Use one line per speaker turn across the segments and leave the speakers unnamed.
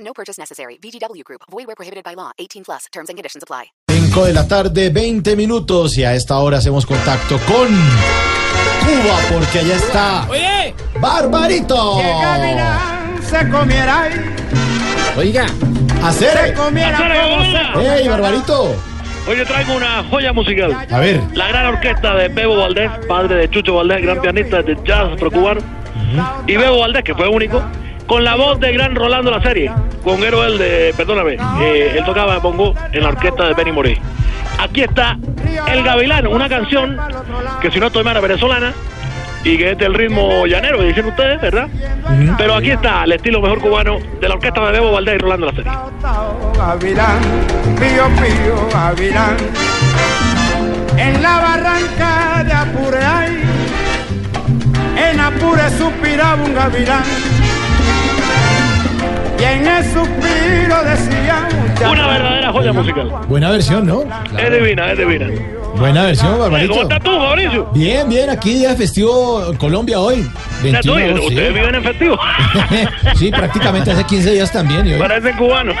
No purchase necessary. VGW Group. Void where prohibited by law. 18 plus. Terms and conditions apply.
5 de la tarde, 20 minutos y a esta hora hacemos contacto con Cuba porque allá está
Oye,
Barbarito.
se comiera y
Oiga, hacer.
comiera como se
¡Ey, Barbarito!
Hoy le traigo una joya musical.
A ver,
La gran orquesta de Bebo Valdés, padre de Chucho Valdés, gran pianista de jazz pro-cubano. Y Bebo Valdés, que fue único, con la voz de gran Rolando la serie. Con héroe de, perdóname, eh, él tocaba bongo en la orquesta de Benny Moré. Aquí está El Gavilán, una canción que si no estoy mal era venezolana y que es del ritmo llanero, que dicen ustedes, ¿verdad? Pero aquí está el estilo mejor cubano de la orquesta de Bebo Valdés y Rolando la serie.
Tao, Gavilán, pío, pío, Gavilán. En la barranca de Apure ay, en Apure suspiraba un gavilán. Y en el suspiro decía
Una verdadera joya musical.
buena versión, ¿no?
Es divina, es divina.
Buena versión,
¿Cómo
Barbarito.
estás tú, Mauricio?
Bien, bien, aquí día festivo Colombia hoy.
Ya
21 de
estoy,
agosto,
ustedes viven en festivo.
sí. Sí, prácticamente hace 15 días también. y hoy-
Parecen cubanos.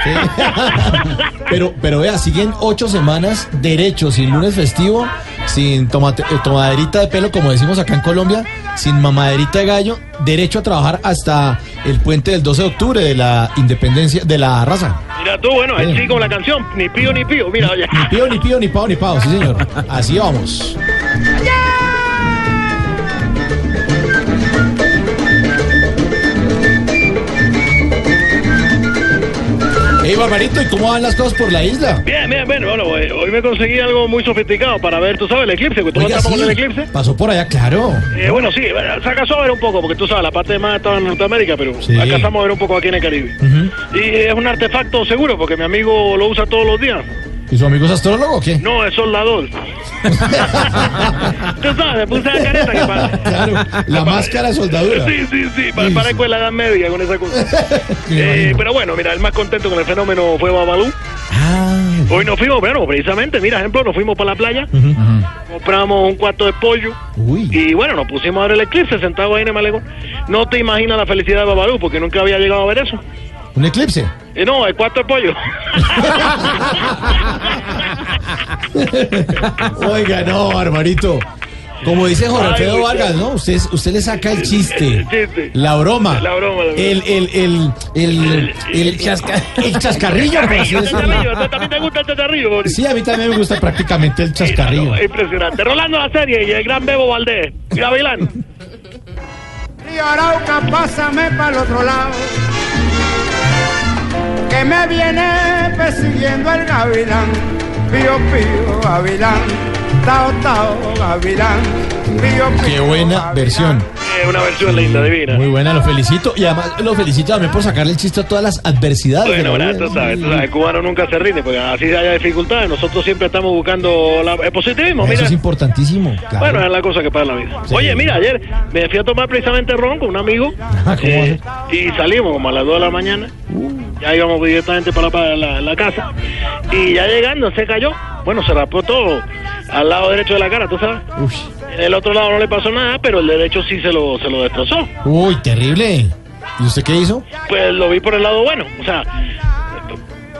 Pero, pero vea, siguen ocho semanas derecho, sin lunes festivo, sin tomate- eh, tomaderita de pelo, como decimos acá en Colombia, sin mamaderita de gallo, derecho a trabajar hasta el puente del 12 de octubre de la independencia, de la raza.
Mira tú, bueno, es
Sí.
así como la canción, ni pío ni pío. Mira, oye.
Ni pío, ni pío, ni pao, ni pao, sí señor. Así vamos. Ey, Barbarito, ¿y cómo van las cosas por la isla?
Bien, bien, bien. Bueno, eh, hoy me conseguí algo muy sofisticado para ver, tú sabes, el eclipse. que ¿Tú no
Oiga,
estás con
sí,
el eclipse?
pasó por allá, claro.
Eh, bueno, sí, bueno, saca sobre un poco, porque tú sabes, la parte más estaba en Norteamérica, pero
Sí.
alcanzamos a ver un poco aquí en el Caribe. Y es un artefacto seguro, porque mi amigo lo usa todos los días.
¿Y su amigo es astrólogo o qué?
No, es soldador. tú sabes, me puse la careta que para...
Claro, la máscara de soldadura.
Sí, sí, sí, pa-
Sí,
parezco
sí.
de la edad media con esa cosa.
Me
Eh,
imagino.
pero bueno, mira, el más contento con el fenómeno fue Babalú.
Ah,
Hoy nos fuimos, bueno, precisamente, mira, ejemplo, nos fuimos para la playa, compramos un cuarto de pollo
uy.
y bueno, nos pusimos a ver el eclipse sentado ahí en el malecón. No te imaginas la felicidad de Babalú porque nunca había llegado a ver eso.
¿Un eclipse?
Eh, no, el cuarto de pollo.
Oiga, no, barbarito. Como dice Jorge
Ay,
Alfredo
muchacho.
Vargas, ¿no? Usted, usted le saca el chiste.
El chiste.
La broma.
La broma, la broma.
El, el, el, el, el, chasca- el chascarrillo. por así
El chascarrillo,
decirlo.
¿a ti ¿También te gusta el chascarrillo? Boris?
Sí, a mí también me gusta prácticamente el chascarrillo.
No, impresionante. Rolando la serie y el gran Bebo Valdés. Gavilán.
Río Arauca, pásame para el otro lado. Que me viene persiguiendo el gavilán. Pío, pío, gavilán. Tao, tao, gavilán. Pío, pío,
Qué buena
gavilán.
versión.
Eh, una versión linda, divina.
Muy buena, lo felicito. Y además lo felicito también por sacarle el chiste a todas las adversidades. de la
Bueno, bueno,
vida.
tú sabes, tú sabes, el cubano nunca se rinde, porque así haya dificultades, nosotros siempre estamos buscando la- el positivismo,
Eso
mira.
es importantísimo. claro.
Bueno, es la cosa que pasa en la vida.
Sí.
Oye, mira, ayer me fui a tomar precisamente ron con un amigo
Ah, ¿Cómo Uh.
eh, y salimos como a las 2 de la mañana. Ya íbamos directamente para, para la, la casa. Y ya llegando se cayó. Bueno, se raspó todo al lado derecho de la cara, tú sabes.
Uy,
En el otro lado no le pasó nada, pero el derecho sí se lo, se lo destrozó.
uy, terrible. ¿Y usted qué hizo?
Pues lo vi por el lado bueno, o sea,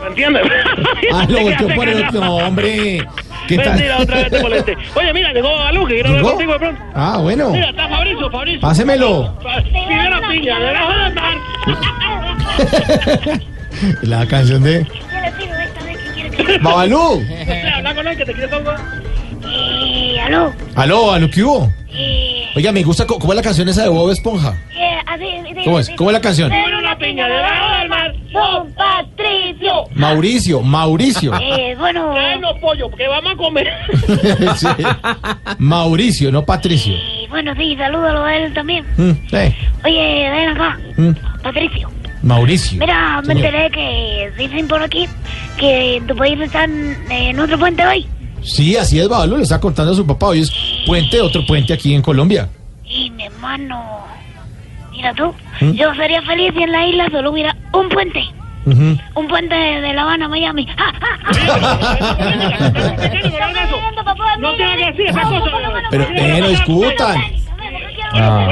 ¿me entiendes?
Ah, lo volteó
Te quedaste
por el
callado.
otro. No, hombre. ¿Qué tal?
Mentira, Pues otra vez te molesté. Oye, mira, llegó Balú, que quiero hablar
¿Llegó?
contigo de pronto.
Ah, bueno.
Mira, está Fabricio, Fabricio.
Pásemelo.
Primera piña, le dejo de dar.
La canción de Babalú.
Habla con él, que te quiere saludar.
Eh, aló,
Aló, aló, ¿qué hubo?
eh,
Oiga, me gusta co- cómo es la canción esa de Bob Esponja.
eh, a ver, de-
¿Cómo es?
de-
¿Cómo es la canción?
Pero una piña debajo del mar. Don Patricio.
Mauricio, Mauricio.
Eh, bueno,
Trae los pollos, porque vamos a comer.
Sí. Mauricio, no Patricio.
eh, bueno, sí, salúdalo a él también.
Mm, eh,
Oye, ven acá,
mm.
Patricio.
Mauricio.
Mira, me
Señor.
enteré que dicen por aquí que en tu país están eh, en otro puente hoy.
Sí, así es, Pablo, le está contando a su papá. Hoy es puente, otro puente aquí en Colombia.
Y mi hermano, mira tú,
Mm.
yo sería feliz si en la isla solo hubiera un puente.
Ujú.
Un puente de, de La Habana a Miami. ¡Ja, ja, ja!
No tiene que decir esa cosa.
Pero, eh, no discutan.
Ay,
pe-
No,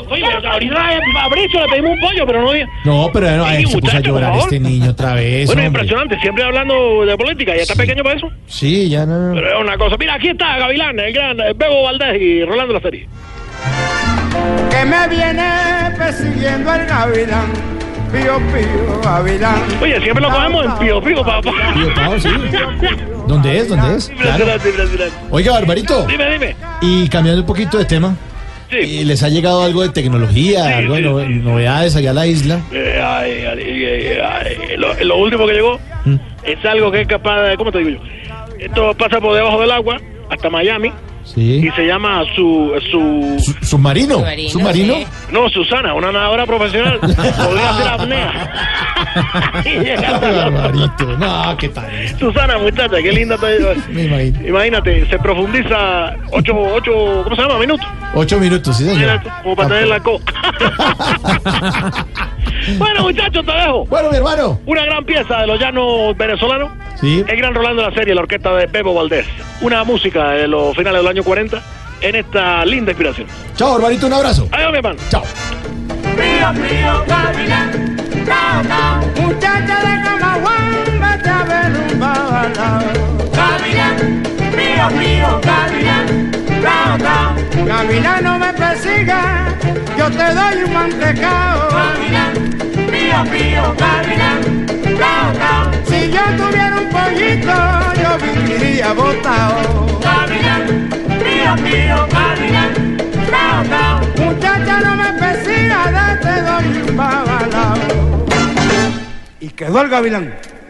oye, pero ahorita a Bricio le pedimos un pollo, pero no...
No, pero bueno, ay, se
Sí,
puso a
muchacho,
llorar
por favor.
este niño otra vez.
Bueno,
hombre.
impresionante, siempre hablando de política, ya está pequeño para eso.
Sí, ya no.
Pero es una cosa. Mira, aquí está Gavilán, el gran eh, Bebo Valdés y Rolando la serie.
Que me viene persiguiendo el gavilán, pío pío gavilán.
Oye, siempre lo cogemos en Pío Pío, papá.
Pío Pío, sí. ¿Dónde es? ¿Dónde es? Claro.
Impresionante, impresionante.
Oiga, Barbarito,
Dime, dime.
y cambiando un poquito de tema,
Sí.
eh, ¿les ha llegado algo de tecnología,
Sí,
algo de
sí,
no-
sí.
novedades allá a la isla?
Eh, ay, ay, ay, ay, ay. Lo, lo último que llegó es algo que es capaz de. ¿Cómo te digo yo? Esto pasa por debajo del agua hasta Miami
Sí.
y se llama su. su
Su- ¿Submarino?
Submarino,
¿Submarino?
sí.
no, Susana, una nadadora profesional. Podría hacer apnea. Y llega
Ay,
hasta el agua.
Barbarito, no, qué tal. esto?
Susana, muchacha, qué linda te
Me imagino.
Imagínate, se profundiza 8, ocho, ¿cómo se llama? Minutos.
Ocho minutos, sí, señor.
Como para tener la co. bueno, muchachos, te dejo.
Bueno, mi hermano.
Una gran pieza de los llanos venezolanos.
Sí.
El gran Rolando de la serie, la orquesta de Bebo Valdés. Una música de los finales del año 40 en esta linda inspiración.
Chao, Barbarito, un abrazo.
Adiós, mi hermano.
Chao.
Pío pío gavilán, cao cao. Muchacha de Camaguamba te averrumbaba al lado.
Gavilán, pío, pío, gavilán, cao, cao,
Gavilán, no me persiga, yo te doy un mantecao.
gavilán, pío, pío, gavilán, cao, cao,
Si yo tuviera un pollito, yo viviría botao.
gavilán, pío, pío, gavilán, cao, cao.
Muchacha, no me persiga, te doy un babalao. Y quedó el gavilán.